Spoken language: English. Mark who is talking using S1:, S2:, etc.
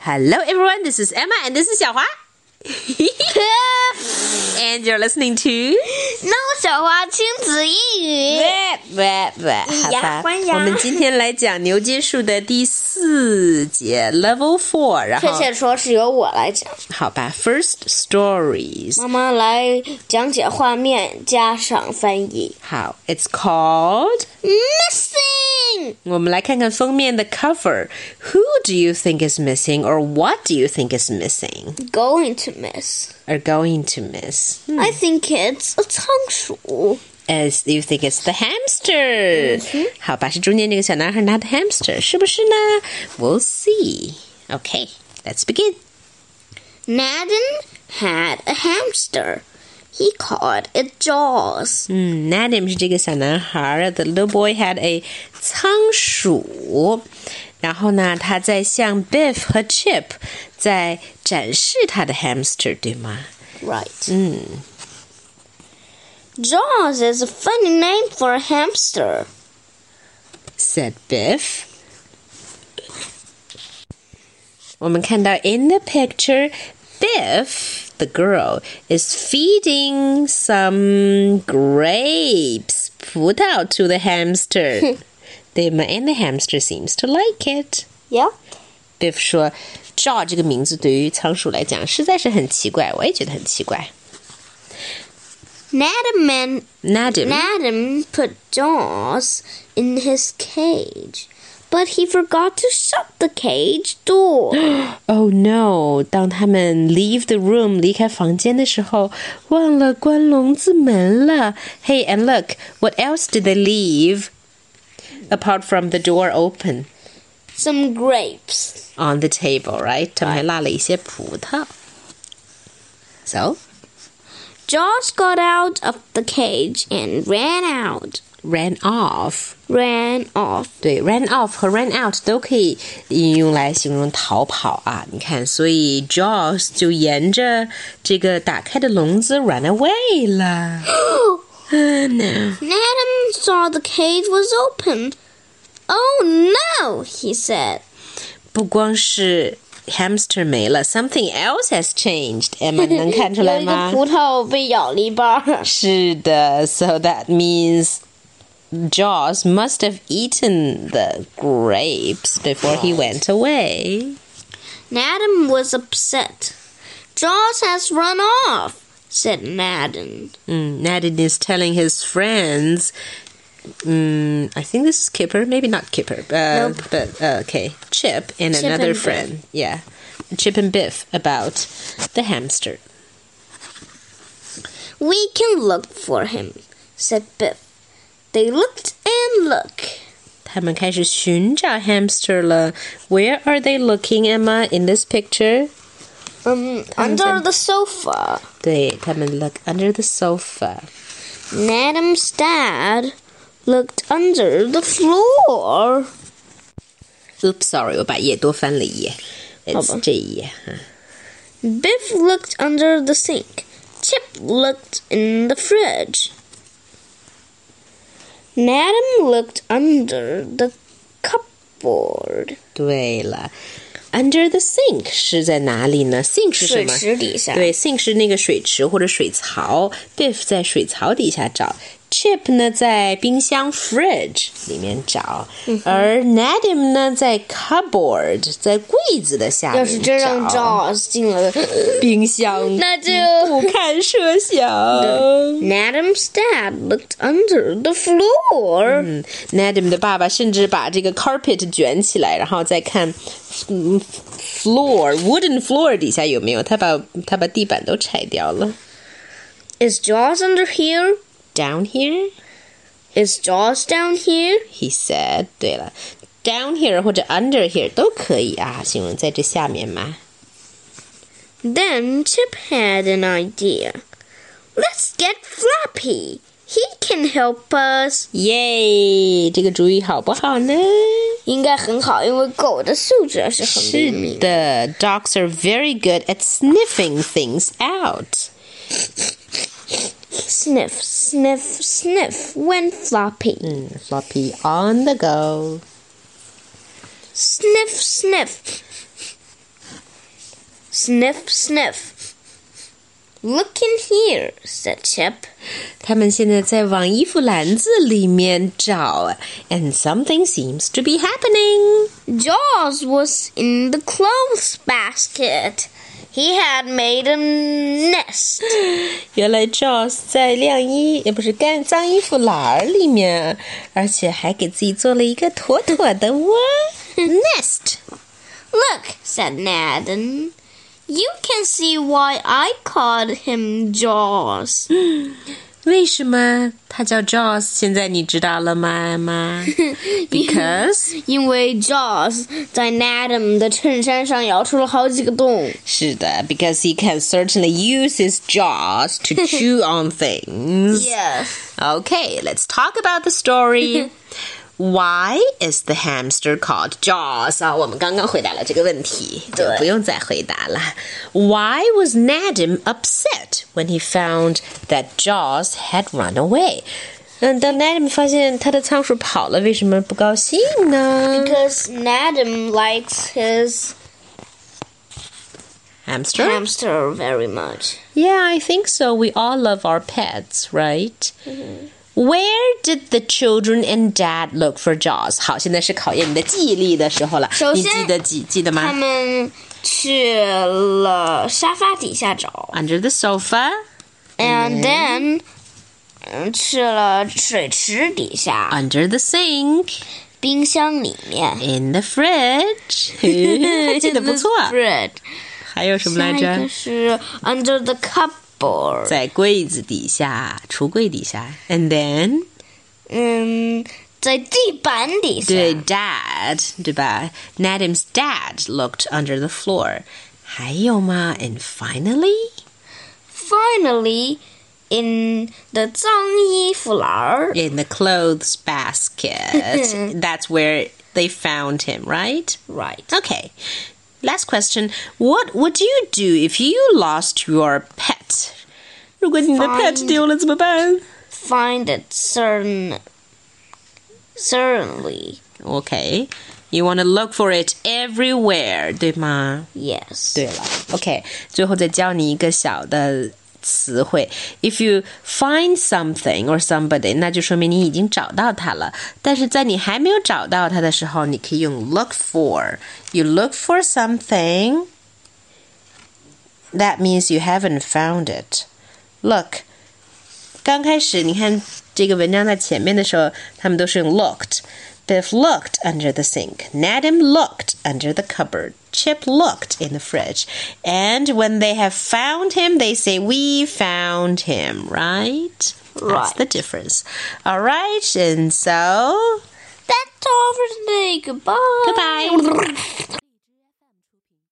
S1: Hello, everyone. This is Emma, and this is Xiaohua. and you're listening to
S2: 那小花亲子英语，
S1: 喂喂，好吧
S2: 呀欢迎，
S1: 我们今天来讲牛津树的第四节 Level Four，然
S2: 确
S1: 后
S2: 切说是由我来讲。
S1: 好吧，First Stories。
S2: 妈妈来讲解画面，加上翻译。
S1: 好，It's called。
S2: Missing，
S1: 我们来看看封面的 cover。Who do you think is missing, or what do you think is missing,
S2: going to miss.
S1: or going to miss?
S2: I think it's a 仓鼠。
S1: As you think it's the hamster，、好吧，是中间这个小男孩拿的 hamster，是不是呢？We'll see. Okay, let's begin.
S2: Madden had a hamster. He called it Jaws.
S1: 嗯，Nadim 是这个小男孩，The little boy had a 仓鼠。然后呢，他在向 Biff 和 Chip 在展示他的 hamster，对吗？
S2: Right. Jaws is a funny name for a hamster.
S1: said Biff. 我们看到 in the picture, Biff, the girl, is feeding some grapes, 葡萄 to the hamster. 对吗？And the hamster seems to like it.
S2: Yeah.
S1: Biff 说，Jaw 这个名字对于仓鼠来讲实在是很奇怪，我也觉得很奇怪。
S2: Madam and
S1: Nadim
S2: Madam put Jaws in his cage, but he forgot to shut the cage door.
S1: Oh no！当他们 leave the room 离开房间的时候，忘了关笼子门了。Hey, and look, what else did they leave apart from the door open
S2: Some grapes.
S1: on the table? Right？他们还落了一些葡萄。So
S2: Jaws got out of the cage and ran out.
S1: ran off。
S2: Ran off.
S1: 对，ran off 和 ran out 都可以用来形容逃跑啊。你看，所以 Jaws 就沿着这个打开的笼子 run away 了。Oh no！
S2: Madam saw the cage was open. Oh no, he said.
S1: 不光是 hamster 没了，something else has changed。Emma，你能看出来 吗？
S2: 有一个葡萄被咬了一半儿。
S1: 是的，so that means Jaws must have eaten the grapes before he went away.
S2: Madam was upset. Jaws has run off, said Madam.
S1: 嗯 n a d i Mm, is telling his friends. 嗯，I think this is Kipper, maybe not Kipper, uh,
S2: Nope.
S1: but uh, okay, Chip and
S2: Chip
S1: another
S2: and Biff.
S1: friend, yeah, Chip and Biff about the hamster.
S2: We can look for him, said Biff. They looked and looked.
S1: 他们开始寻找 hamster 了。Where are they looking, Emma, in this picture?
S2: Um, under the sofa.
S1: 对，他们 look under the sofa.
S2: Madam's dad looked under the floor.
S1: Oops, sorry, 我把页多翻了一页。It's
S2: 好吧。
S1: 这一页。Huh.
S2: Biff looked under the sink. Chip looked in the fridge. Madam looked under the cupboard.
S1: 对了，under the sink 是在哪里呢？sink 是什么？
S2: 水池底下。
S1: 对，sink 是那个水池或者水槽。Biff 在水槽底下找。Chip 呢，在冰箱 fridge 里面找，而 Nadim 呢，在 cupboard 在柜子的下面
S2: 要是真让
S1: 找。
S2: Jaws 进了，
S1: 冰箱，
S2: 那就-
S1: 不堪设想。
S2: Madam's dad looked under the floor.
S1: 嗯，Nadim 的爸爸甚至把这个 carpet 卷起来，然后再看嗯 floor wooden floor 底下有没有，他把他把地板都拆掉了。
S2: Is Jaws under here?
S1: Down here,
S2: Is Jaws down here?
S1: he said。对了，down here 或者 under here 都可以啊，形容在这下面嘛。
S2: Then Chip had an idea. Let's get Flappy. He can help us.
S1: 耶，这个主意好不好呢？是
S2: 应该很好，因为狗的嗅觉是很灵敏。
S1: 的，dogs are very good at sniffing things out。
S2: Sniff, sniff, sniff went Flappy.
S1: 嗯，floppy on the go。
S2: Sniff, sniff. Sniff, sniff. Look in here, said Chip.
S1: 他们现在在往衣服篮子里面找，and something seems to be happening。
S2: Jaws was in the clothes basket. He had made a nest.
S1: 原来 Jaws 在晾衣，也不是干脏衣服篮儿里面，而且还给自己做了一个妥妥的窝 nest。
S2: Look, said Nadine. You can see why I called him Jaws.
S1: 为什么它叫 Jaws？现在你知道了吗，妈妈 ？Because
S2: 因为 Jaws 在 Nadine 的衬衫上咬出了好几个洞。
S1: 是的，because he can certainly use his jaws to chew on things.
S2: Yes.
S1: Okay, let's talk about the story. Why is the hamster called Jaws? 啊，我们刚刚回答了这个问题，就
S2: 对
S1: 不用再回答了。Why was Nadim upset when he found that Jaws had run away? 嗯，当 Nadim 发现他的仓鼠跑了，为什么不高兴呢
S2: Because Nadine likes his
S1: ？Hamster?
S2: hamster very much.
S1: Yeah, I think so. We all love our pets, right?
S2: Mm-hmm.
S1: Where did the children and dad look for Jaws? 好，现在是考验你的记忆力的时候了。
S2: 首
S1: 你
S2: 先
S1: 记得记记得
S2: 他
S1: 吗
S2: 们去了沙发底下找
S1: ？Under the sofa.
S2: ，and then uh, 嗯去了水池底下、
S1: under the sink,
S2: 冰箱里 面。
S1: in the fridge，记得不错。
S2: Bread.
S1: 还有什么来
S2: 下一
S1: 着
S2: 个？是 Under the cupboard，
S1: 在柜子底下，橱柜底下，and then
S2: 嗯，在地板底下。
S1: 对 dad 对吧？Nadim's dad looked under the floor，还有吗？And finally，
S2: Finally, in the 脏衣服篮儿。
S1: in the clothes basket, that's where they found him, right?
S2: Right.
S1: Okay. Last question. What would you do if you lost your pet? 如果你的 pet
S2: Find-
S1: 丢了怎么办？
S2: Find it certain. Certainly,
S1: Okay. You want to look for it everywhere, 对吗？
S2: yes.
S1: 对了，OK，最后再教你一个小的词汇。If you find something or somebody，那就说明你已经找到它了。但是在你还没有找到它的时候，你可以用 look for。You look for something, that means you haven't found it. Look. 刚开始你看这个文章在前面的时候，他们都是用 looked。Biff looked under the sink. Nadim looked under the cupboard. Chip looked in the fridge. And when they have found him, they say, We found him, right? That's
S2: Right.
S1: the difference. All right, and so.
S2: That's all for today. Goodbye.
S1: Goodbye.